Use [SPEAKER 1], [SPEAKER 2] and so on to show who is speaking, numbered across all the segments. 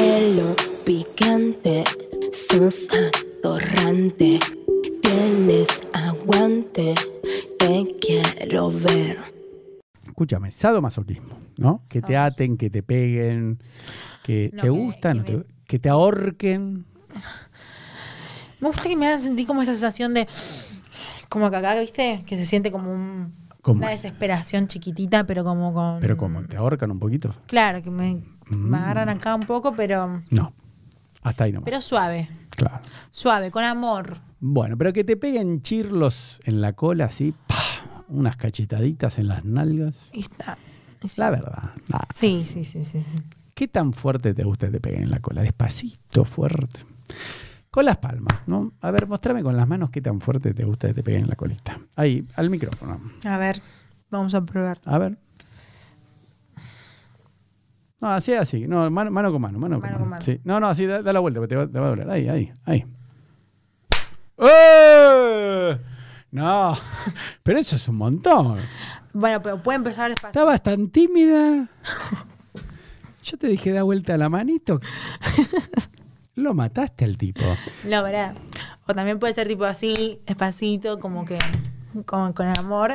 [SPEAKER 1] pelo picante, sos atorrante, tienes aguante, te quiero ver.
[SPEAKER 2] Escúchame, sadomasoquismo, ¿no? Que te
[SPEAKER 3] Sadomas-
[SPEAKER 2] aten, que te peguen, que
[SPEAKER 3] No,
[SPEAKER 2] te
[SPEAKER 3] que-
[SPEAKER 2] gustan,
[SPEAKER 3] que
[SPEAKER 2] que,
[SPEAKER 3] me-
[SPEAKER 2] te, que te ahorquen.
[SPEAKER 3] Me gusta que me hagan sentir como esa sensación de. Como que acá, ¿viste? Que se siente como un-
[SPEAKER 2] ¿Cómo?
[SPEAKER 3] una desesperación chiquitita, pero como con.
[SPEAKER 2] Pero Mm. como, ¿te ahorcan un poquito?
[SPEAKER 3] Claro, que me, me agarran acá un poco, pero.
[SPEAKER 2] No. Hasta ahí nomás.
[SPEAKER 3] Pero suave.
[SPEAKER 2] claro.
[SPEAKER 3] Suave, con amor.
[SPEAKER 2] Bueno, pero que te peguen chirlos en la cola, así, ¡pah! unas cachetaditas en las nalgas.
[SPEAKER 3] Y está.
[SPEAKER 2] La verdad. ah,
[SPEAKER 3] Sí, sí, sí, sí. sí.
[SPEAKER 2] ¿Qué tan fuerte te gusta que te peguen en la cola? Despacito, fuerte. Con las palmas, ¿no? A ver, mostrame con las manos qué tan fuerte te gusta que te peguen en la colita. Ahí, al micrófono.
[SPEAKER 3] A ver, vamos a probar.
[SPEAKER 2] A ver. No, así, así. No, mano, mano con mano. Mano,
[SPEAKER 3] Mano
[SPEAKER 2] con
[SPEAKER 3] con
[SPEAKER 2] mano.
[SPEAKER 3] mano.
[SPEAKER 2] Sí. No, no, así, da, da la vuelta, porque te va, te va a doler. Ahí, ahí, ahí. ¡Eh! No, pero eso es un montón.
[SPEAKER 3] Bueno, pero puede empezar despacio.
[SPEAKER 2] Estabas tan tímida. Yo te dije, da vuelta la manito. Lo mataste al tipo.
[SPEAKER 3] No, verdad. O también puede ser tipo así, despacito, como que con, con amor.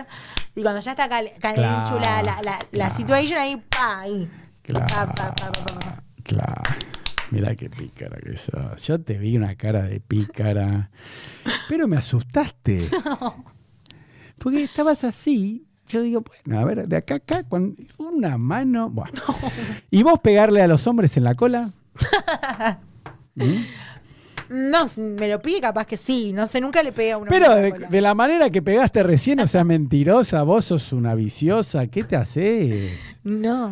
[SPEAKER 3] Y cuando ya está cal, calenchula
[SPEAKER 2] Claro,
[SPEAKER 3] la, la, la
[SPEAKER 2] claro.
[SPEAKER 3] situación ahí, pa, ahí.
[SPEAKER 2] Claro.
[SPEAKER 3] Pa, pa, pa, pa, pa, pa.
[SPEAKER 2] Claro. Mirá qué pícara que sos. Yo te vi una cara de pícara. Pero me asustaste. Porque estabas así. Yo digo, bueno, a ver, de acá a acá, con una mano. Buah. ¿Y vos pegarle a los hombres en la cola?
[SPEAKER 3] No, si me lo pide capaz que sí. No sé, nunca le pegué a uno.
[SPEAKER 2] Pero
[SPEAKER 3] con la
[SPEAKER 2] de,
[SPEAKER 3] cola.
[SPEAKER 2] de la manera que pegaste recién, o sea, mentirosa, vos sos una viciosa, ¿qué te haces?
[SPEAKER 3] No.